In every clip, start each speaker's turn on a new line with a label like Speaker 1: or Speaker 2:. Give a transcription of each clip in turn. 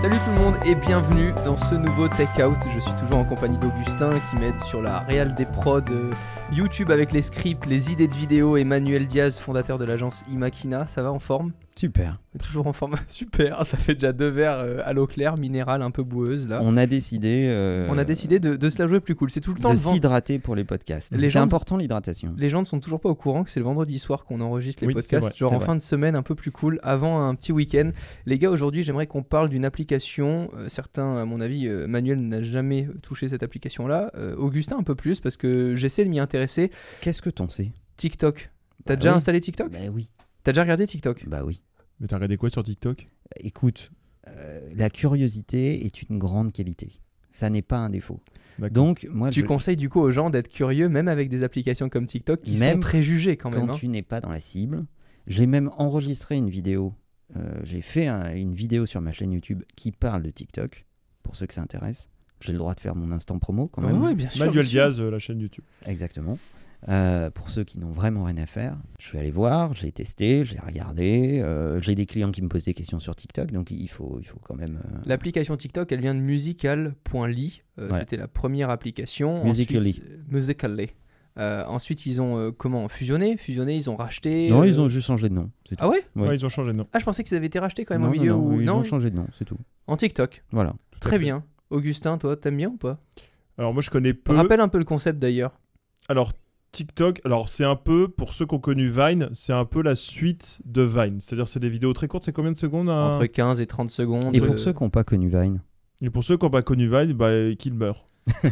Speaker 1: Salut tout le monde et bienvenue dans ce nouveau Take Out. Je suis toujours en compagnie d'Augustin qui m'aide sur la réal des prods euh, YouTube avec les scripts, les idées de vidéos. Emmanuel Diaz, fondateur de l'agence Imakina, ça va en forme
Speaker 2: Super.
Speaker 1: Toujours en forme Super, ça fait déjà deux verres euh, à l'eau claire, minérale un peu boueuse là.
Speaker 2: On a décidé. euh,
Speaker 1: On a décidé de, de se la jouer plus cool. C'est tout le temps
Speaker 2: de
Speaker 1: le vent-
Speaker 2: s'hydrater pour les podcasts.
Speaker 1: Les
Speaker 2: C'est
Speaker 1: gens-
Speaker 2: important l'hydratation.
Speaker 1: Les gens ne sont toujours pas au courant que c'est le vendredi soir qu'on enregistre les
Speaker 3: Oui, c'est
Speaker 1: podcasts,
Speaker 3: vrai,
Speaker 1: genre
Speaker 2: c'est
Speaker 1: en
Speaker 2: vrai.
Speaker 1: fin de semaine un peu plus cool, avant un petit week-end. Les gars, aujourd'hui, j'aimerais qu'on parle d'une application. Euh, certains, à mon avis, euh, Manuel n'a jamais touché cette application-là. Euh, Augustin, un peu plus, parce que j'essaie de m'y intéresser.
Speaker 2: Qu'est-ce que t'en sais
Speaker 1: TikTok. T'as
Speaker 2: Bah
Speaker 1: déjà
Speaker 2: oui.
Speaker 1: installé TikTok
Speaker 2: Bah oui.
Speaker 1: T'as déjà regardé TikTok
Speaker 2: Bah oui.
Speaker 3: Mais t'as regardé quoi sur TikTok
Speaker 2: Écoute, euh, la curiosité est une grande qualité. Ça n'est pas un défaut.
Speaker 3: D'accord.
Speaker 2: Donc, moi,
Speaker 1: Tu
Speaker 2: Ah, je-
Speaker 1: conseilles du coup aux gens d'être curieux, même avec des applications comme TikTok qui sont
Speaker 2: Même
Speaker 1: très jugées quand
Speaker 2: quand
Speaker 1: même. hein.
Speaker 2: tu n'es pas dans la cible, j'ai même enregistré une vidéo. Euh, j'ai fait un- une vidéo sur ma chaîne YouTube qui parle de TikTok, pour ceux que ça intéresse. J'ai le droit de faire mon instant promo quand
Speaker 1: Ah Ouais,
Speaker 2: même.
Speaker 1: ouais, bien sûr.
Speaker 3: Manuel
Speaker 1: bien sûr.
Speaker 3: Diaz, euh, la chaîne YouTube.
Speaker 2: Exactement. Euh, pour ceux qui n'ont vraiment rien à faire, je suis allé voir, j'ai testé, j'ai regardé, euh, j'ai des clients qui me posent des questions sur TikTok, donc il faut, il faut quand même. euh,
Speaker 1: L'application TikTok, elle vient de musical.ly. Euh,
Speaker 2: Ouais.
Speaker 1: C'était la première application.
Speaker 2: Musical.ly.
Speaker 1: Ensuite, euh, Musical.ly. Euh, ensuite, ils ont euh, comment fusionné Fusionné, ils ont racheté.
Speaker 2: Non,
Speaker 1: euh,
Speaker 2: ils ont juste changé de nom. C'est tout.
Speaker 1: Ah ouais
Speaker 2: Ouais.
Speaker 3: Ouais, ils ont changé de nom.
Speaker 1: Ah, je pensais qu'ils avaient été rachetés quand même
Speaker 2: Non,
Speaker 1: au
Speaker 2: non,
Speaker 1: milieu
Speaker 2: non,
Speaker 1: ou
Speaker 2: ils
Speaker 1: non
Speaker 2: ont changé de nom, c'est tout.
Speaker 1: En TikTok.
Speaker 2: Voilà.
Speaker 3: Tout à
Speaker 1: Très
Speaker 3: fait.
Speaker 1: bien. Augustin, toi, t'aimes bien ou pas
Speaker 3: Alors moi je connais peu.
Speaker 1: Rappelle un peu le concept d'ailleurs.
Speaker 3: Alors TikTok, alors c'est un peu pour ceux qui ont connu Vine, c'est un peu la suite de Vine. C'est-à-dire c'est des vidéos très courtes. C'est combien de secondes hein
Speaker 1: Entre 15 et 30 secondes.
Speaker 2: Et pour
Speaker 1: euh,
Speaker 2: ceux qui n'ont pas connu Vine,
Speaker 3: Et pour ceux qui n'ont pas connu Vine, bah qu'ils meurent.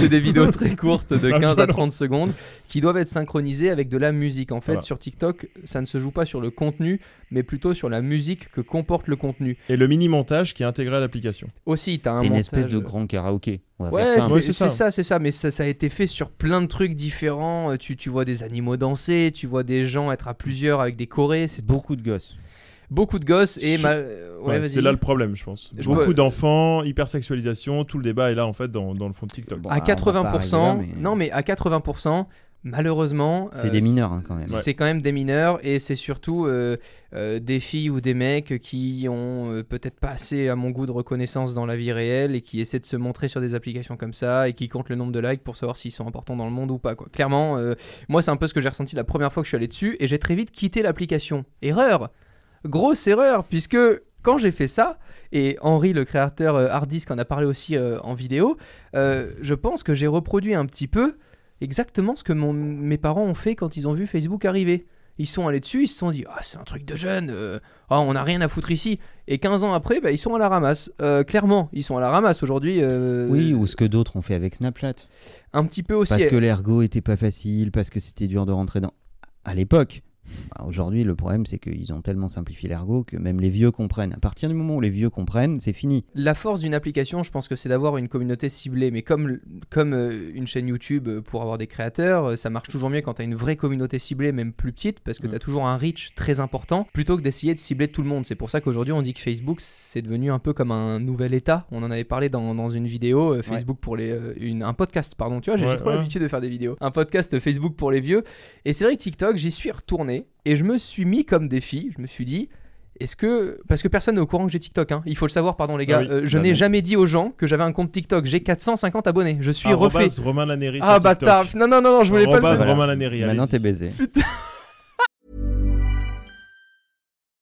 Speaker 1: c'est des vidéos très courtes de
Speaker 3: Ah,
Speaker 1: 15 à
Speaker 3: non.
Speaker 1: 30 secondes qui doivent être synchronisées avec de la musique. En fait,
Speaker 3: Voilà.
Speaker 1: sur TikTok, ça ne se joue pas sur le contenu, mais plutôt sur la musique que comporte le contenu.
Speaker 3: Et le mini montage qui est intégré à l'application.
Speaker 1: Aussi, t'as un
Speaker 2: c'est une
Speaker 1: montage,
Speaker 2: espèce de
Speaker 1: euh,
Speaker 2: grand karaoké. On va
Speaker 1: Ouais,
Speaker 2: faire ça.
Speaker 1: c'est
Speaker 3: Ouais,
Speaker 1: c'est
Speaker 3: c'est
Speaker 1: ça,
Speaker 3: ça.
Speaker 1: c'est ça. Mais ça, ça a été fait sur plein de trucs différents. Euh, Tu, tu vois des animaux danser, tu vois des gens être à plusieurs avec des chorés. C'est
Speaker 2: Beaucoup de gosses.
Speaker 1: beaucoup de gosses et
Speaker 3: Su-
Speaker 1: mal- euh, ouais,
Speaker 3: Ouais,
Speaker 1: vas-y.
Speaker 3: c'est là le problème, je pense.
Speaker 1: Je
Speaker 3: Beaucoup
Speaker 1: vois-
Speaker 3: d'enfants, hypersexualisation, tout le débat est là en fait dans, dans le fond de TikTok.
Speaker 2: Bon,
Speaker 1: à
Speaker 2: alors, on va pas
Speaker 1: 80%.
Speaker 2: arriver là, mais-
Speaker 1: Non, mais à 80%, malheureusement.
Speaker 2: C'est
Speaker 1: euh,
Speaker 2: des mineurs hein, quand même.
Speaker 1: C'est quand même des mineurs et c'est surtout euh, euh, des filles ou des mecs qui ont euh, peut-être pas assez, à mon goût, de reconnaissance dans la vie réelle et qui essaient de se montrer sur des applications comme ça et qui comptent le nombre de likes pour savoir s'ils sont importants dans le monde ou pas. Quoi. Clairement, euh, moi, c'est un peu ce que j'ai ressenti la première fois que je suis allé dessus et j'ai très vite quitté l'application. Erreur Grosse erreur puisque quand j'ai fait ça, et Henri, le créateur euh, Hard Disk, en a parlé aussi euh, en vidéo, euh, je pense que j'ai reproduit un petit peu exactement ce que mon- mes parents ont fait quand ils ont vu Facebook arriver. Ils sont allés dessus, ils se sont dit Ah, c'est un truc de jeune, euh, ah, on n'a rien à foutre ici. Et 15 ans après, bah, ils sont à la ramasse. Euh, clairement, ils sont à la ramasse aujourd'hui. euh,
Speaker 2: Oui, ou ce que d'autres ont fait avec Snapchat.
Speaker 1: Un petit peu aussi. euh,
Speaker 2: Parce que l'ergo était pas facile, parce que c'était dur de rentrer dans. À l'époque. Bah, Aujourd'hui, le problème, c'est qu'ils ont tellement simplifié l'ergo que même les vieux comprennent. À partir du moment où les vieux comprennent, c'est fini.
Speaker 1: La force d'une application, je pense que c'est d'avoir une communauté ciblée, mais comme, comme euh, une chaîne YouTube euh, pour avoir des créateurs, euh, ça marche toujours mieux quand tu as une vraie communauté ciblée, même plus petite, parce que
Speaker 2: Mm.
Speaker 1: tu as toujours un reach très important, plutôt que d'essayer de cibler tout le monde. C'est pour ça qu'aujourd'hui on dit que Facebook, c'est devenu un peu comme un nouvel état. On en avait parlé dans, dans une vidéo, euh, Facebook pour les... euh, une, un podcast, pardon, tu vois, j'ai
Speaker 3: Ouais,
Speaker 1: j'ai trop
Speaker 3: ouais.
Speaker 1: l'habitude de faire des vidéos. Un podcast Facebook pour les vieux. Et c'est vrai que TikTok, j'y suis retourné, et je me suis mis comme défi, je me suis dit... Est-ce que. Parce que personne n'est au courant que j'ai TikTok, hein. il faut le savoir, pardon les gars.
Speaker 3: Ah oui.
Speaker 1: Euh, je
Speaker 2: Bah
Speaker 1: n'ai
Speaker 2: non.
Speaker 1: jamais dit aux gens que j'avais un compte TikTok, j'ai 450 abonnés, je suis
Speaker 3: Arrobase
Speaker 1: refait.
Speaker 3: Romain Laneri.
Speaker 1: Ah bâtard, non, non, non, non, je voulais pas le
Speaker 3: Arrobase
Speaker 1: faire.
Speaker 3: Romain Laneri.
Speaker 2: Maintenant,
Speaker 3: allez-y.
Speaker 2: t'es baisé.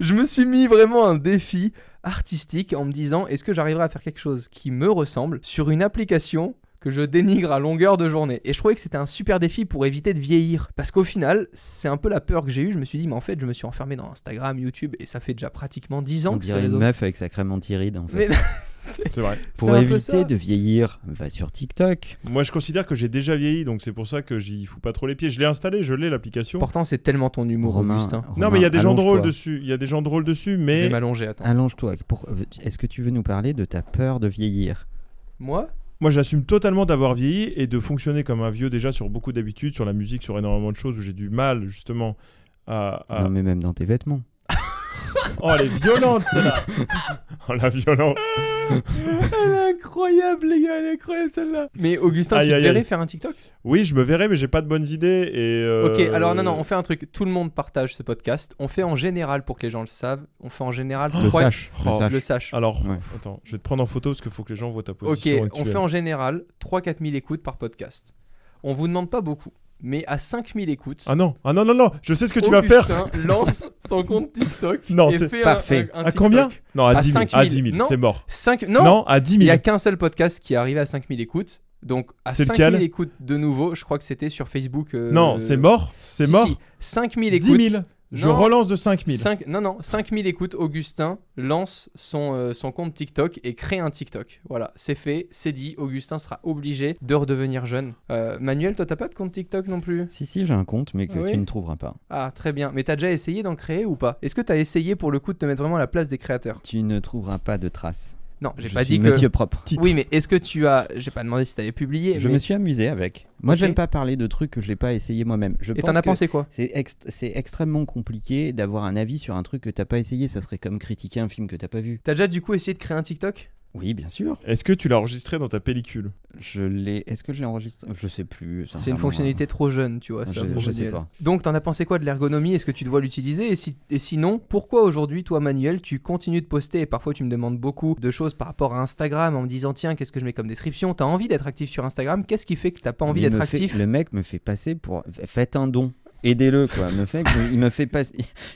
Speaker 1: Je me suis mis vraiment un défi artistique en me disant est-ce que j'arriverai à faire quelque chose qui me ressemble sur une application que je dénigre à longueur de journée. Et je trouvais que c'était un super défi pour éviter de vieillir. Parce qu'au final, c'est un peu la peur que j'ai eue. Je me suis dit, mais en fait, je me suis enfermé dans Instagram, YouTube, et ça fait déjà pratiquement 10 ans
Speaker 2: On
Speaker 1: que ces
Speaker 2: dirait une
Speaker 1: réseaux
Speaker 2: meuf avec sa crème anti-rides, en fait.
Speaker 1: Mais-
Speaker 3: C'est vrai.
Speaker 2: Pour
Speaker 1: C'est un peu ça.
Speaker 2: éviter de vieillir, va sur TikTok.
Speaker 3: Moi, je considère que j'ai déjà vieilli, donc c'est pour ça que j'y fous pas trop les pieds. Je l'ai installé, je l'ai l'application.
Speaker 1: Pourtant, c'est tellement ton humour,
Speaker 2: Romain,
Speaker 1: Augustin.
Speaker 3: Non, mais il y a des gens drôles
Speaker 2: dessus.
Speaker 3: dessus. Il y a des gens drôles dessus,
Speaker 1: Je vais
Speaker 3: mais
Speaker 1: m'allonger, attends.
Speaker 2: Allonge-toi. Pour- Est-ce que tu veux nous parler de ta peur de vieillir
Speaker 1: Moi
Speaker 3: moi, j'assume totalement d'avoir vieilli et de fonctionner comme un vieux déjà sur beaucoup d'habitudes, sur la musique, sur énormément de choses où j'ai du mal justement à. à-
Speaker 2: Non, mais même dans tes vêtements.
Speaker 3: Oh, elle est violente celle-là. Oh la violence.
Speaker 1: Elle est incroyable, les gars, elle est incroyable celle-là. Mais Augustin,
Speaker 3: Aïe,
Speaker 1: tu te
Speaker 3: aïe,
Speaker 1: verrais
Speaker 3: aïe.
Speaker 1: faire un TikTok
Speaker 3: Oui, je me verrai, mais j'ai pas de bonnes idées et. euh,
Speaker 1: Ok, alors non, non, on fait un truc. Tout le monde partage ce podcast. On fait en général pour que les gens le savent. On fait en général pour
Speaker 2: Le
Speaker 1: que
Speaker 2: sache.
Speaker 3: Oh,
Speaker 2: le sache.
Speaker 1: le sachent.
Speaker 3: Alors,
Speaker 2: Ouais.
Speaker 3: attends, je vais te prendre en photo parce qu'il faut que les gens voient ta
Speaker 1: Ok,
Speaker 3: position
Speaker 1: on
Speaker 3: actuelle.
Speaker 1: fait en général 3-4 000 écoutes par podcast. On vous demande pas beaucoup, mais à 5 000 écoutes,
Speaker 3: Ah non, ah non, non, non, je sais ce que tu vas
Speaker 1: Augustin
Speaker 3: faire.
Speaker 1: lance son compte TikTok
Speaker 3: Non,
Speaker 1: et
Speaker 3: c'est
Speaker 1: fait un-
Speaker 2: parfait.
Speaker 1: un- un
Speaker 3: À combien
Speaker 1: TikTok.
Speaker 3: Non, à
Speaker 1: À
Speaker 3: 10 000.
Speaker 1: 5 000.
Speaker 3: À 10 000,
Speaker 1: Non.
Speaker 3: c'est mort.
Speaker 1: Cinq-
Speaker 3: Non,
Speaker 1: Non,
Speaker 3: à 10
Speaker 1: il y
Speaker 3: 000.
Speaker 1: a qu'un seul podcast qui est arrivé à 5 000 écoutes. Donc à
Speaker 3: C'est
Speaker 1: 5 000
Speaker 3: lequel
Speaker 1: écoutes de nouveau, je crois que c'était sur Facebook. euh,
Speaker 3: Non, c'est mort, c'est
Speaker 1: si,
Speaker 3: mort.
Speaker 1: si, 5 000 écoutes.
Speaker 3: 10 000. Je
Speaker 1: Non.
Speaker 3: relance de 5 000.
Speaker 1: Cinq- non, non, 5000 écoutes, Augustin lance son, euh, son compte TikTok et crée un TikTok. Voilà, c'est fait, c'est dit, Augustin sera obligé de redevenir jeune. Euh, Manuel, toi, t'as pas de compte TikTok non plus
Speaker 2: Si, si, j'ai un compte, mais que
Speaker 1: Ah oui.
Speaker 2: tu ne trouveras pas.
Speaker 1: Ah, très bien, mais t'as déjà essayé d'en créer ou pas Est-ce que t'as essayé pour le coup de te mettre vraiment à la place des créateurs
Speaker 2: Tu ne trouveras pas de traces.
Speaker 1: Non, j'ai
Speaker 2: Je
Speaker 1: pas
Speaker 2: suis
Speaker 1: dit que...
Speaker 2: Monsieur propre.
Speaker 3: Titre.
Speaker 1: Oui, mais est-ce que tu as... J'ai pas demandé si t'avais publié,
Speaker 2: Je
Speaker 1: mais...
Speaker 2: me suis amusé avec. Moi,
Speaker 1: Ok.
Speaker 2: j'aime pas parler de trucs que je n'ai pas essayé moi-même. Je
Speaker 1: Et
Speaker 2: pense
Speaker 1: t'en as
Speaker 2: que
Speaker 1: pensé quoi
Speaker 2: C'est ext- c'est extrêmement compliqué d'avoir un avis sur un truc que t'as pas essayé. Ça serait comme critiquer un film que t'as pas vu.
Speaker 1: T'as déjà du coup essayé de créer un TikTok
Speaker 2: Oui, bien sûr.
Speaker 3: Est-ce que tu l'as enregistré dans ta pellicule
Speaker 2: Je l'ai. Est-ce que je l'ai enregistré Je sais plus.
Speaker 1: C'est une
Speaker 2: sincèrement.
Speaker 1: fonctionnalité trop jeune, tu vois.
Speaker 2: Je-
Speaker 1: ça,
Speaker 2: je
Speaker 1: pour
Speaker 2: sais
Speaker 1: Manuel.
Speaker 2: pas.
Speaker 1: Donc, t'en as pensé quoi de l'ergonomie Est-ce que tu dois l'utiliser et, si, et sinon, pourquoi aujourd'hui, toi, Manuel, tu continues de poster et parfois tu me demandes beaucoup de choses par rapport à Instagram en me disant tiens, qu'est-ce que je mets comme description T'as envie d'être actif sur Instagram Qu'est-ce qui fait que t'as pas envie
Speaker 2: Mais
Speaker 1: d'être
Speaker 2: me fait-
Speaker 1: actif
Speaker 2: Le mec me fait passer pour. Faites un don. Aidez-le, quoi. Me fait, il, me fait pas-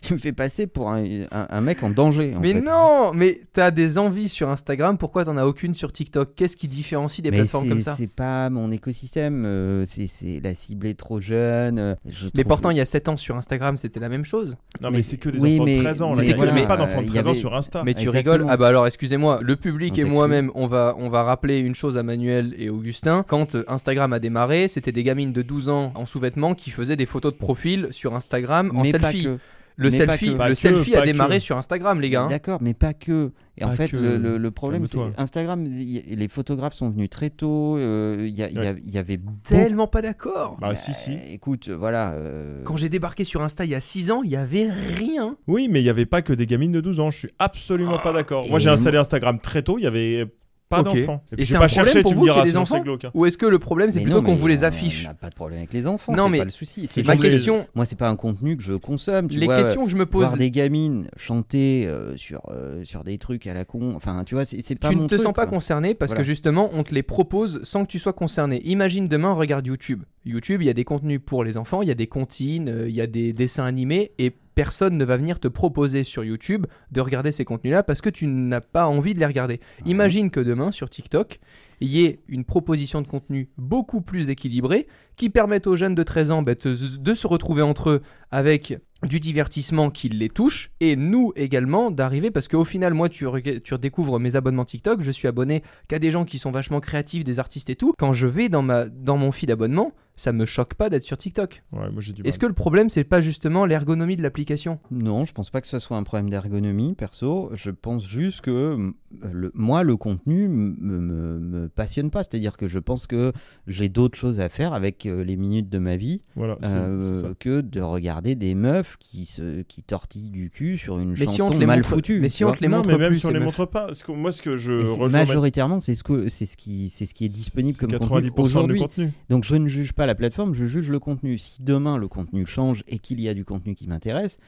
Speaker 2: il me fait passer pour un, un- un mec en danger. en
Speaker 1: Mais
Speaker 2: fait.
Speaker 1: non Mais t'as des envies sur Instagram, pourquoi t'en as aucune sur TikTok Qu'est-ce qui différencie des
Speaker 2: Mais
Speaker 1: plateformes
Speaker 2: c'est-
Speaker 1: comme ça
Speaker 2: C'est pas mon écosystème. euh, c'est c'est- la cible est trop jeune. euh, je
Speaker 1: Mais
Speaker 2: trouve-
Speaker 1: pourtant, il y a 7 ans sur Instagram, c'était la même chose.
Speaker 3: Non, mais,
Speaker 2: Mais
Speaker 3: c'est que des
Speaker 2: oui,
Speaker 3: enfants de
Speaker 2: mais-
Speaker 3: 13 ans. là.
Speaker 1: mais
Speaker 3: Il n'y a quand
Speaker 1: voilà,
Speaker 3: même pas d'enfants
Speaker 2: euh,
Speaker 3: de
Speaker 2: il y
Speaker 3: 13 ans
Speaker 2: avait-
Speaker 3: sur Insta.
Speaker 1: Mais tu
Speaker 2: Exactement.
Speaker 1: rigoles. Ah bah alors, excusez-moi, le public
Speaker 2: On
Speaker 1: et
Speaker 2: t'excuse.
Speaker 1: moi-même, on va, on va rappeler une chose à Manuel et Augustin. Quand euh, Instagram a démarré, c'était des gamines de 12 ans en sous-vêtements qui faisaient des photos de profil sur Instagram en
Speaker 2: mais pas
Speaker 1: selfie.
Speaker 2: que.
Speaker 1: Le
Speaker 2: Mais pas
Speaker 1: selfie,
Speaker 2: que.
Speaker 1: le
Speaker 3: Pas que,
Speaker 1: selfie a
Speaker 3: pas que.
Speaker 1: démarré sur Instagram, les gars. hein.
Speaker 2: D'accord, mais pas que. Et en
Speaker 3: Pas
Speaker 2: fait,
Speaker 3: que.
Speaker 2: le, le- le problème, c'est
Speaker 3: Calme-toi.
Speaker 2: Instagram, il- les photographes sont venus très tôt. euh, Il y, a- il y a- il y avait beaucoup-
Speaker 1: Tellement pas d'accord.
Speaker 3: Bah, si, si.
Speaker 2: Euh, Écoute, voilà. euh,
Speaker 1: Quand j'ai débarqué sur Insta il y a 6 ans, il y avait rien.
Speaker 3: Oui, mais il n'y avait pas que des gamines de 12 ans. Je suis absolument pas d'accord. Moi,
Speaker 2: Et
Speaker 3: j'ai installé Instagram très tôt. Il n'y avait pas
Speaker 1: Ok.
Speaker 3: d'enfants.
Speaker 1: Et
Speaker 3: Et puis,
Speaker 1: c'est
Speaker 3: j'ai
Speaker 1: un
Speaker 3: pas
Speaker 1: problème
Speaker 3: cherché,
Speaker 1: pour
Speaker 3: tu
Speaker 1: vous
Speaker 3: me
Speaker 1: qu'il y ait
Speaker 3: diras,
Speaker 1: des
Speaker 3: sinon c'est
Speaker 1: enfants
Speaker 3: glauque. hein.
Speaker 1: Ou est-ce que le problème, c'est
Speaker 2: mais
Speaker 1: plutôt
Speaker 2: non,
Speaker 1: qu'on
Speaker 2: mais euh,
Speaker 1: vous les
Speaker 2: on-
Speaker 1: affiche
Speaker 2: On n'a pas de problème avec les enfants.
Speaker 1: Non,
Speaker 2: Non,
Speaker 1: mais
Speaker 2: mais pas le souci.
Speaker 1: C'est
Speaker 2: C'est
Speaker 1: ma
Speaker 2: juste que-
Speaker 1: question.
Speaker 2: Moi, c'est pas un contenu que je consomme. Tu
Speaker 1: Les
Speaker 2: vois, euh,
Speaker 1: questions que je me pose,
Speaker 2: voir des gamines chanter euh, sur, euh, sur des trucs à la con. Enfin, tu vois, c'est c'est pas
Speaker 1: tu
Speaker 2: mon
Speaker 1: ne te
Speaker 2: truc,
Speaker 1: sens pas
Speaker 2: quoi.
Speaker 1: concerné parce
Speaker 2: Voilà.
Speaker 1: que justement on te les propose sans que tu sois concerné. Imagine demain regarde YouTube. YouTube, il y a des contenus pour les enfants, il y a des comptines, euh, il y a des dessins animés et personne ne va venir te proposer sur YouTube de regarder ces contenus-là parce que tu n'as pas envie de les regarder. Imagine que demain sur TikTok, il y ait une proposition de contenu beaucoup plus équilibrée qui permette aux jeunes de 13 ans bah, de- de se retrouver entre eux avec du divertissement qui les touche et nous également d'arriver parce qu'au final moi tu, reg- tu redécouvres mes abonnements TikTok je suis abonné qu'à des gens qui sont vachement créatifs des artistes et tout quand je vais dans ma dans mon feed d'abonnement ça me choque pas d'être sur TikTok
Speaker 3: Ouais, moi, j'ai du mal.
Speaker 1: est-ce que le problème c'est pas justement l'ergonomie de l'application
Speaker 2: Non, je pense pas que ce soit un problème d'ergonomie, perso. Je pense juste que mm, le, moi, le contenu m- me, me- me passionne pas. C'est-à-dire que je pense que j'ai d'autres choses à faire avec euh, les minutes de ma vie
Speaker 3: Voilà, c'est-
Speaker 2: euh,
Speaker 3: c'est ça.
Speaker 2: que de regarder des meufs qui, se, qui tortillent du cul sur une
Speaker 1: Mais si on
Speaker 2: chanson
Speaker 1: te les
Speaker 2: mal
Speaker 1: montre-
Speaker 2: foutue.
Speaker 1: mais
Speaker 2: tu
Speaker 1: si on
Speaker 2: vois.
Speaker 1: te les
Speaker 3: non,
Speaker 1: montre
Speaker 3: mais même
Speaker 1: plus,
Speaker 3: si on
Speaker 1: ces
Speaker 3: les
Speaker 1: meufs.
Speaker 3: montre pas, parce que moi, ce que je
Speaker 2: Et c'est-
Speaker 3: rejoins, maintenant,
Speaker 2: majoritairement, c'est ce, que- c'est ce, qui, c'est ce qui est disponible
Speaker 3: c'est
Speaker 2: comme
Speaker 3: 90%
Speaker 2: contenu
Speaker 3: du
Speaker 2: aujourd'hui.
Speaker 3: contenu.
Speaker 2: Donc je ne juge pas la plateforme, je juge le contenu. Si demain le contenu change et qu'il y a du contenu qui m'intéresse,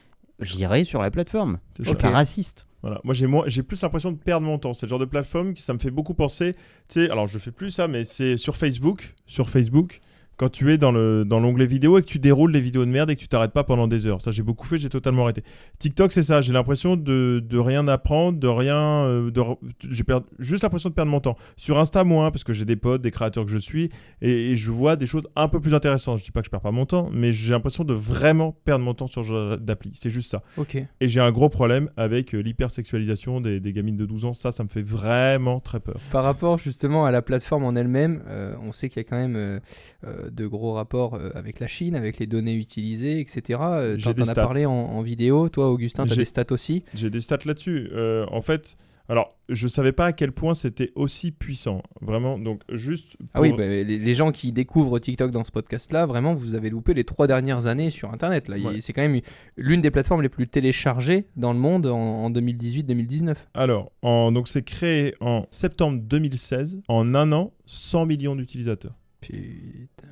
Speaker 2: j'irai sur la plateforme.
Speaker 3: C'est
Speaker 2: Je suis
Speaker 3: ça.
Speaker 2: pas raciste.
Speaker 3: Voilà. Moi, j'ai moins- j'ai plus l'impression de perdre mon temps. C'est le genre de plateforme qui ça me fait beaucoup penser. Tu sais, alors je fais plus ça, mais c'est sur Facebook, sur Facebook. quand tu es dans le dans l'onglet vidéo et que tu déroules les vidéos de merde et que tu t'arrêtes pas pendant des heures. Ça, j'ai beaucoup fait, j'ai totalement arrêté. TikTok, c'est ça. J'ai l'impression de, de rien apprendre, de rien. euh, De, re- j'ai perdu- juste l'impression de perdre mon temps. Sur Insta, moins, parce que j'ai des potes, des créateurs que je suis et, et je vois des choses un peu plus intéressantes. Je dis pas que je perds pas mon temps, mais j'ai l'impression de vraiment perdre mon temps sur ce genre d'appli. C'est juste ça.
Speaker 1: Ok.
Speaker 3: Et j'ai un gros problème avec euh, l'hypersexualisation des, des gamines de 12 ans. Ça, ça me fait vraiment très peur.
Speaker 1: Par rapport justement à la plateforme en elle-même, euh, on sait qu'il y a quand même euh, euh, de gros rapports euh, avec la Chine, avec les données utilisées, etc. Euh,
Speaker 3: J'ai
Speaker 1: t'en-
Speaker 3: des
Speaker 1: T'en as
Speaker 3: stats.
Speaker 1: parlé en, en vidéo, toi Augustin, t'as
Speaker 3: J'ai-
Speaker 1: des stats aussi.
Speaker 3: J'ai des stats là-dessus. Euh, en fait, alors, je savais pas à quel point c'était aussi puissant. Vraiment, donc juste.
Speaker 1: Ah oui,
Speaker 3: pour-
Speaker 1: bah, les, les gens qui découvrent TikTok dans ce podcast-là, vraiment, vous avez loupé les trois dernières années sur Internet. Là, Il-
Speaker 3: Ouais.
Speaker 1: c'est quand même l'une des plateformes les plus téléchargées dans le monde en, en 2018-2019.
Speaker 3: Alors, en- donc c'est créé en septembre 2016. En un an, 100 millions d'utilisateurs.
Speaker 1: Putain.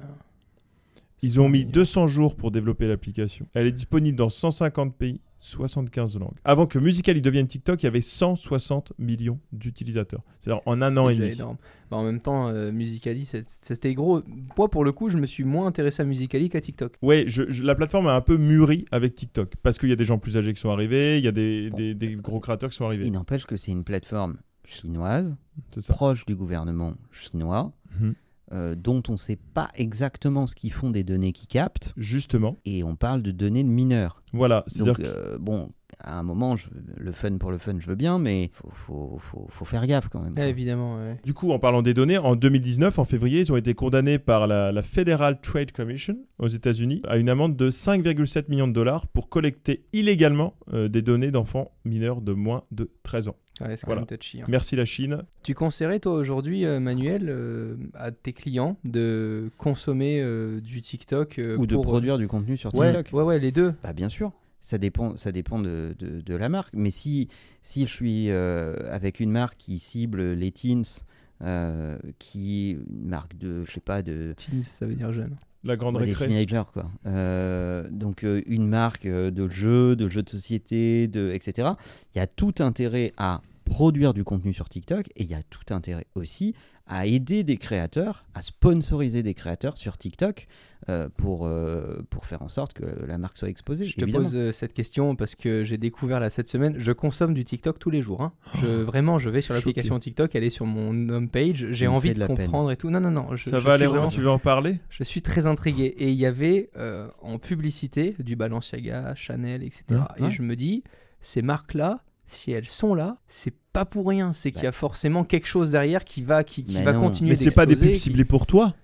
Speaker 3: Ils ont mis
Speaker 1: 200
Speaker 3: 200 jours pour développer l'application. Elle est disponible dans 150 pays, 75 langues. Avant que Musical.ly devienne TikTok, il y avait 160 millions d'utilisateurs. C'est-à-dire en un an et
Speaker 1: déjà
Speaker 3: demi.
Speaker 1: énorme. Bah, en même temps, euh, Musicali, c'est- c'était gros. Moi, pour le coup, je me suis moins intéressé à Musicali qu'à TikTok.
Speaker 3: Ouais, je- je- la plateforme a un peu mûri avec TikTok parce qu'il y a des gens plus âgés qui sont arrivés, il y a des, des- des gros créateurs qui sont arrivés.
Speaker 2: Il n'empêche que c'est une plateforme chinoise,
Speaker 3: C'est ça.
Speaker 2: proche du gouvernement chinois,
Speaker 3: Mhm.
Speaker 2: euh, dont on ne sait pas exactement ce qu'ils font des données qu'ils captent,
Speaker 3: Justement,
Speaker 2: et on parle de données de mineurs.
Speaker 3: voilà. C'est-à-dire
Speaker 2: Donc,
Speaker 3: que
Speaker 2: euh, bon, à un moment, je- le fun pour le fun, je veux bien, mais faut, faut, faut, faut faire gaffe quand même.
Speaker 1: Ah,
Speaker 2: quoi.
Speaker 1: évidemment, ouais.
Speaker 3: du coup, en parlant des données, en 2019, en février, ils ont été condamnés par la, la Federal Trade Commission aux États-Unis à une amende de 5,7 millions de dollars pour collecter illégalement euh, des données d'enfants mineurs de moins de 13 ans.
Speaker 1: Ouais, c'est quand
Speaker 3: Voilà.
Speaker 1: même touchy, hein.
Speaker 3: Merci la Chine.
Speaker 1: Tu conseillerais, toi, aujourd'hui, euh, Manuel, euh, à tes clients de consommer euh, du TikTok euh,
Speaker 2: Ou de
Speaker 1: pour-
Speaker 2: produire du contenu sur
Speaker 1: Ouais,
Speaker 2: TikTok.
Speaker 1: ouais, ouais, les deux.
Speaker 2: Bah, bien sûr. Ça dépend, ça dépend de, de- de la marque. Mais si, si je suis euh, avec une marque qui cible les teens, euh, qui une marque de, je sais pas, de,
Speaker 1: Teens, ça veut dire jeune.
Speaker 3: La grande
Speaker 2: Ouais, des
Speaker 3: récré.
Speaker 2: teenagers, Bah, quoi. Euh, donc euh, une marque euh, de jeux, de jeux de société, de, etc. Il y a tout intérêt à produire du contenu sur TikTok et il y a tout intérêt aussi à aider des créateurs, à sponsoriser des créateurs sur TikTok euh, pour, euh, pour faire en sorte que la marque soit exposée.
Speaker 1: Je te
Speaker 2: évidemment.
Speaker 1: pose euh, cette question parce que j'ai découvert là cette semaine. Je consomme du TikTok tous les jours. hein.
Speaker 2: Oh,
Speaker 1: Je, vraiment, je vais sur
Speaker 3: Choqué.
Speaker 1: l'application TikTok, elle est sur mon homepage. J'ai
Speaker 2: Il me
Speaker 1: envie
Speaker 2: fait
Speaker 1: de,
Speaker 2: de la peine.
Speaker 1: comprendre et tout. Non, non, non. je-
Speaker 3: ça
Speaker 1: je
Speaker 3: va,
Speaker 1: suis
Speaker 3: aller
Speaker 1: vraiment-
Speaker 3: tu veux en parler
Speaker 1: Je suis très intrigué. Et il y avait euh, en publicité du Balenciaga, Chanel, etc.
Speaker 3: Hein,
Speaker 1: et
Speaker 3: hein.
Speaker 1: je me dis, ces marques-là, si elles sont là, c'est pas pour rien. C'est qu'il y
Speaker 2: Bah.
Speaker 1: a forcément quelque chose derrière qui va, qui, qui
Speaker 2: Mais
Speaker 1: va
Speaker 2: non.
Speaker 1: continuer.
Speaker 3: Mais c'est pas des
Speaker 1: d'exploser,
Speaker 3: pubs
Speaker 1: qui-
Speaker 3: ciblées pour toi,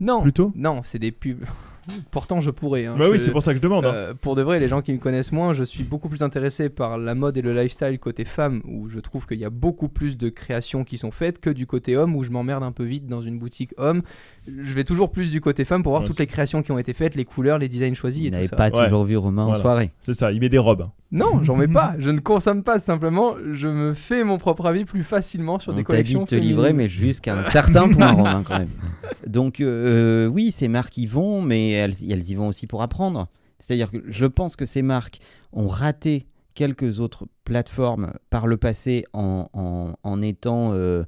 Speaker 1: Non,
Speaker 3: plutôt
Speaker 1: non, c'est des pubs. Pourtant, je pourrais. hein.
Speaker 3: Bah oui,
Speaker 1: Je-
Speaker 3: c'est pour ça que je demande. hein.
Speaker 1: euh, pour de vrai, les gens qui me connaissent moins, je suis beaucoup plus intéressé par la mode et le lifestyle côté femme, où je trouve qu'il y a beaucoup plus de créations qui sont faites que du côté homme, où je m'emmerde un peu vite dans une boutique homme. Je vais toujours plus du côté femme pour voir
Speaker 3: Ouais,
Speaker 1: toutes
Speaker 3: c'est-
Speaker 1: les créations qui ont été faites, les couleurs, les designs choisis
Speaker 2: Vous
Speaker 1: et tout
Speaker 2: n'avez
Speaker 1: ça.
Speaker 2: pas
Speaker 3: Ouais.
Speaker 2: toujours vu Romain
Speaker 3: Voilà.
Speaker 2: en soirée.
Speaker 3: C'est ça, il met des robes. hein.
Speaker 1: Non, j'en mets pas. Je ne consomme pas simplement. Je me fais mon propre avis plus facilement sur
Speaker 2: On
Speaker 1: des
Speaker 2: t'a dit
Speaker 1: collections.
Speaker 2: de te livrer,
Speaker 1: féminines.
Speaker 2: mais jusqu'à un certain point, Romain, quand même. Donc, euh, oui, ces marques y vont, mais elles, elles y vont aussi pour apprendre. C'est-à-dire que je pense que ces marques ont raté quelques autres plateformes par le passé en, en- en étant euh,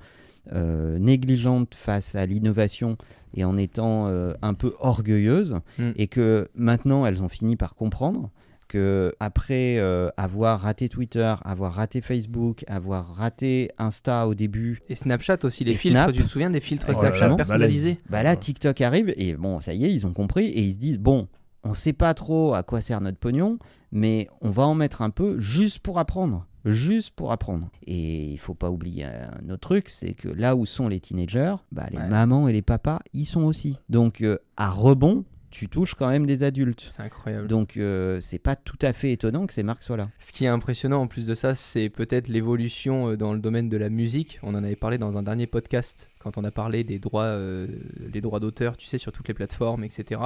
Speaker 2: euh, négligentes face à l'innovation et en étant euh, un peu orgueilleuses,
Speaker 1: Mm.
Speaker 2: et que maintenant elles ont fini par comprendre que après euh, avoir raté Twitter, avoir raté Facebook, avoir raté Insta au début,
Speaker 1: Et Snapchat aussi, les
Speaker 2: Et
Speaker 1: filtres.
Speaker 2: Snap.
Speaker 1: Tu te souviens des filtres
Speaker 2: Oh là
Speaker 1: Snapchat
Speaker 2: là,
Speaker 1: personnalisés
Speaker 2: bah là,
Speaker 3: Ouais.
Speaker 2: TikTok arrive et bon, ça y est, ils ont compris et ils se disent bon, on sait pas trop à quoi sert notre pognon, mais on va en mettre un peu juste pour apprendre, juste pour apprendre. Et il faut pas oublier un autre truc, c'est que là où sont les teenagers, bah, les
Speaker 1: Ouais.
Speaker 2: mamans et les papas, ils sont aussi. Donc euh, à rebond, tu touches quand même des adultes.
Speaker 1: C'est incroyable.
Speaker 2: Donc euh, c'est pas tout à fait étonnant que ces marques soient là.
Speaker 1: Ce qui est impressionnant en plus de ça, c'est peut-être l'évolution euh, dans le domaine de la musique. On en avait parlé dans un dernier podcast quand on a parlé des droits, euh, les droits d'auteur, tu sais, sur toutes les plateformes, etc.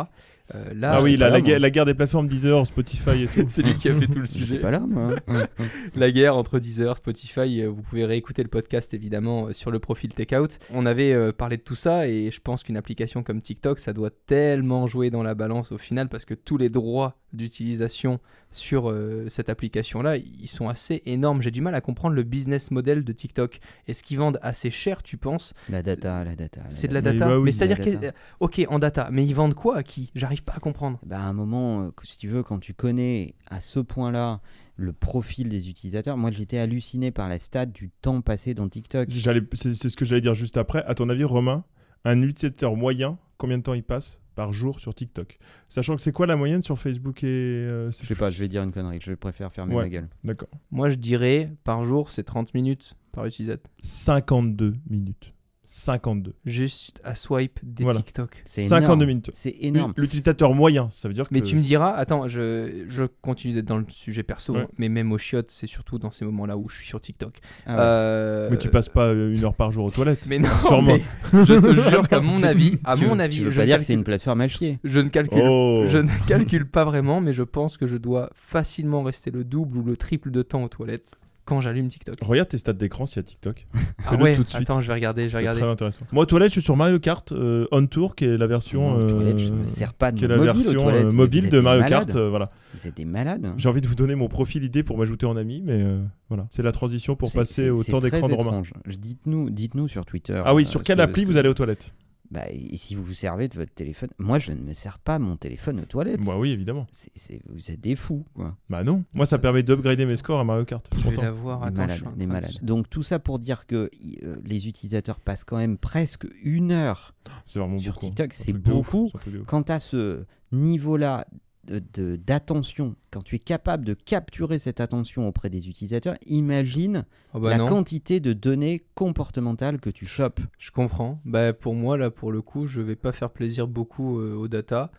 Speaker 1: Euh, là,
Speaker 3: Ah,
Speaker 2: Ah,
Speaker 3: oui,
Speaker 2: j'étais
Speaker 3: la,
Speaker 2: pas
Speaker 3: la,
Speaker 2: là,
Speaker 3: guerre,
Speaker 2: moi.
Speaker 3: la guerre des plateformes Deezer, Spotify et tout.
Speaker 1: c'est lui qui a fait tout le
Speaker 2: J'étais
Speaker 1: sujet.
Speaker 2: pas là, moi. hein.
Speaker 1: La guerre entre Deezer, Spotify. euh, Vous pouvez réécouter le podcast évidemment euh, sur le profil Takeout. On avait euh, parlé de tout ça et je pense qu'une application comme TikTok, ça doit tellement jouer dans la balance au final parce que tous les droits d'utilisation sur euh, cette application-là, ils sont assez énormes. J'ai du mal à comprendre le business model de TikTok. Est-ce qu'ils vendent assez cher, tu penses,
Speaker 2: La la data, la data. Ah, la
Speaker 1: C'est de
Speaker 2: data.
Speaker 1: la
Speaker 3: Mais
Speaker 1: data. Mais,
Speaker 3: bah oui, de la
Speaker 1: c'est-à-dire que. euh,
Speaker 2: data.
Speaker 1: Ok, en data. Mais ils vendent quoi à qui J'arrive pas à comprendre.
Speaker 2: Bah, à un moment, euh, que- si tu veux, quand tu connais à ce point-là le profil des utilisateurs, moi j'étais halluciné par la stat du temps passé dans TikTok.
Speaker 3: J'allais- C'est c'est ce que j'allais dire juste après. À ton avis, Romain, un utilisateur moyen, combien de temps il passe par jour sur TikTok Sachant que c'est quoi la moyenne sur Facebook et. euh, c'est
Speaker 2: Je sais
Speaker 3: plus-
Speaker 2: pas, je vais dire une connerie, je préfère fermer
Speaker 3: Ouais.
Speaker 2: ma gueule.
Speaker 3: D'accord.
Speaker 1: Moi, je dirais par jour, c'est 30 minutes par utilisateur.
Speaker 3: 52 minutes. 52.
Speaker 1: Juste à swipe des
Speaker 3: Voilà.
Speaker 1: TikTok.
Speaker 2: C'est
Speaker 3: 52
Speaker 2: énorme.
Speaker 3: minutes.
Speaker 2: C'est énorme.
Speaker 3: L'utilisateur moyen, ça veut dire que.
Speaker 1: Mais tu me diras, attends, je, je continue d'être dans le sujet perso,
Speaker 3: Ouais.
Speaker 1: hein, mais même au chiottes, c'est surtout dans ces moments-là où je suis sur TikTok.
Speaker 2: Ah ouais.
Speaker 1: Euh,
Speaker 3: Mais tu passes pas euh, une heure par jour aux toilettes.
Speaker 1: Mais non,
Speaker 3: Sûrement.
Speaker 1: mais je te jure qu'à
Speaker 3: Attends,
Speaker 1: mon
Speaker 3: tu-
Speaker 1: avis, à
Speaker 3: tu veux-
Speaker 1: mon
Speaker 2: Tu
Speaker 1: avis,
Speaker 2: veux
Speaker 1: je
Speaker 2: pas
Speaker 1: ne
Speaker 2: dire que c'est une
Speaker 1: calcule-
Speaker 2: plateforme à chier
Speaker 1: je ne calcule
Speaker 3: Oh
Speaker 1: Je ne calcule pas vraiment, mais je pense que je dois facilement rester le double ou le triple de temps aux toilettes quand j'allume TikTok.
Speaker 3: Regarde tes stats d'écran s'il y a TikTok.
Speaker 1: Ah
Speaker 3: Fais-le
Speaker 1: ouais,
Speaker 3: tout de suite.
Speaker 1: attends, je vais regarder, je vais
Speaker 3: C'est
Speaker 1: regarder.
Speaker 3: Très intéressant. Moi, aux toilettes, je suis sur Mario Kart euh, On Tour, qui est la version.
Speaker 2: Comment, aux
Speaker 3: euh,
Speaker 2: toilettes, je me sers pas de
Speaker 3: qui est
Speaker 2: mon
Speaker 3: la
Speaker 2: mobile aux
Speaker 3: version
Speaker 2: toilettes,
Speaker 3: euh,
Speaker 2: mais vous
Speaker 3: mobile
Speaker 2: êtes
Speaker 3: de
Speaker 2: des
Speaker 3: Mario
Speaker 2: malades.
Speaker 3: Kart. euh, voilà.
Speaker 2: Vous êtes des malades. hein.
Speaker 3: J'ai envie de vous donner mon profil idée pour m'ajouter en ami, mais euh, voilà, c'est la transition pour
Speaker 2: C'est-
Speaker 3: passer
Speaker 2: c'est-
Speaker 3: au
Speaker 2: c'est
Speaker 3: temps
Speaker 2: très
Speaker 3: d'écran de Romain.
Speaker 2: étrange. Je- Dites-nous dites-nous sur Twitter.
Speaker 3: Ah oui,
Speaker 2: euh,
Speaker 3: sur
Speaker 2: ce
Speaker 3: quelle
Speaker 2: que-
Speaker 3: appli
Speaker 2: ce que-
Speaker 3: vous allez aux toilettes
Speaker 2: Bah, et si vous vous servez de votre téléphone. Moi, je ne me sers pas mon téléphone aux toilettes.
Speaker 3: Bah oui, évidemment.
Speaker 2: C'est- c'est- vous êtes des fous, quoi.
Speaker 3: Bah non. Moi, ça permet d'upgrader mes scores à Mario Kart. Je suis
Speaker 1: Je vais
Speaker 3: content.
Speaker 1: la voir,
Speaker 2: Des
Speaker 1: attends. je
Speaker 2: malades,
Speaker 1: suis en train
Speaker 2: des
Speaker 1: de-
Speaker 2: malades. Donc, tout ça pour dire que i- euh, les utilisateurs passent quand même presque une heure.
Speaker 3: C'est vraiment
Speaker 2: Sur
Speaker 3: beaucoup.
Speaker 2: TikTok,
Speaker 3: un
Speaker 2: c'est
Speaker 3: truc de ouf,
Speaker 2: beaucoup.
Speaker 3: c'est un truc de ouf.
Speaker 2: Quand à ce niveau-là de- de- d'attention, quand tu es capable de capturer cette attention auprès des utilisateurs, imagine
Speaker 1: Oh bah
Speaker 2: la
Speaker 1: non,
Speaker 2: quantité de données comportementales que tu chopes.
Speaker 1: je comprends. Bah pour moi, là, pour le coup, je vais pas faire plaisir beaucoup euh, aux data.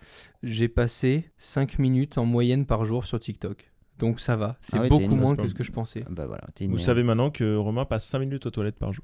Speaker 1: J'ai passé 5 minutes en moyenne par jour sur TikTok. Donc ça va, c'est
Speaker 2: Ah ouais, t'es
Speaker 1: beaucoup
Speaker 2: une-
Speaker 1: moins
Speaker 3: c'est pas-
Speaker 1: que ce que je pensais.
Speaker 2: Bah voilà, t'es une
Speaker 3: Vous
Speaker 2: merde.
Speaker 3: savez maintenant que Romain passe 5 minutes aux toilettes par jour.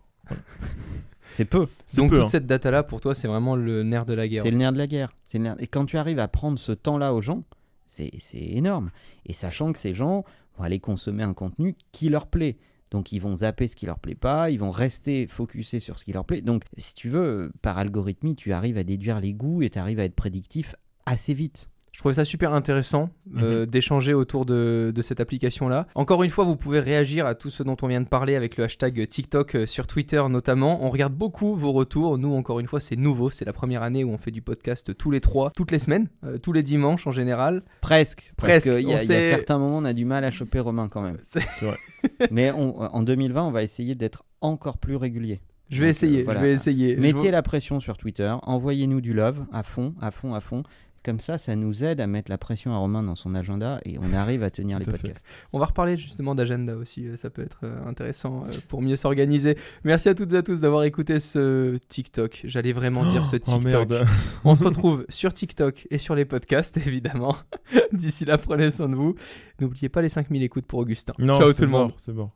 Speaker 2: c'est peu.
Speaker 3: C'est
Speaker 1: Donc
Speaker 3: peu.
Speaker 1: toute
Speaker 3: hein.
Speaker 1: cette data-là, pour toi, c'est vraiment le nerf de la guerre.
Speaker 2: C'est le nerf de la guerre. C'est le nerf- Et quand tu arrives à prendre ce temps-là aux gens, c'est c'est énorme. Et sachant que ces gens vont aller consommer un contenu qui leur plaît. Donc ils vont zapper ce qui leur plaît pas, ils vont rester focusés sur ce qui leur plaît. Donc si tu veux, par algorithmie, tu arrives à déduire les goûts et tu arrives à être prédictif assez vite.
Speaker 1: Je trouvais ça super intéressant
Speaker 2: Mhm.
Speaker 1: euh, d'échanger autour de, de cette application-là. Encore une fois, vous pouvez réagir à tout ce dont on vient de parler avec le hashtag TikTok euh, sur Twitter notamment. On regarde beaucoup vos retours. Nous, encore une fois, c'est nouveau. C'est la première année où on fait du podcast tous les trois, toutes les semaines, euh, tous les dimanches en général.
Speaker 2: Presque.
Speaker 1: Presque,
Speaker 2: Parce qu'il y,
Speaker 1: on
Speaker 2: a- il y
Speaker 1: sait-
Speaker 2: a certains moments, on a du mal à choper Romain quand même.
Speaker 1: C'est-
Speaker 3: C'est vrai.
Speaker 2: Mais on- en 2020, on va essayer d'être encore plus régulier.
Speaker 1: Je vais
Speaker 2: Donc, euh,
Speaker 1: essayer,
Speaker 2: voilà.
Speaker 1: je vais essayer. Je
Speaker 2: Mettez
Speaker 1: vois-
Speaker 2: la pression sur Twitter, envoyez-nous du love à fond, à fond, à fond. Comme ça, ça nous aide à mettre la pression à Romain dans son agenda et on arrive à tenir les
Speaker 3: Tout à fait.
Speaker 2: podcasts.
Speaker 1: On va reparler justement d'agenda aussi, euh, ça peut être euh, intéressant euh, pour mieux s'organiser. Merci à toutes et à tous d'avoir écouté ce TikTok. J'allais vraiment dire ce
Speaker 3: Oh
Speaker 1: TikTok.
Speaker 3: merde.
Speaker 1: On se retrouve sur TikTok et sur les podcasts, évidemment. D'ici là, prenez soin de vous. N'oubliez pas les 5000 écoutes pour Augustin.
Speaker 3: Non,
Speaker 1: Ciao
Speaker 3: c'est
Speaker 1: tout le monde.
Speaker 3: mort, C'est mort.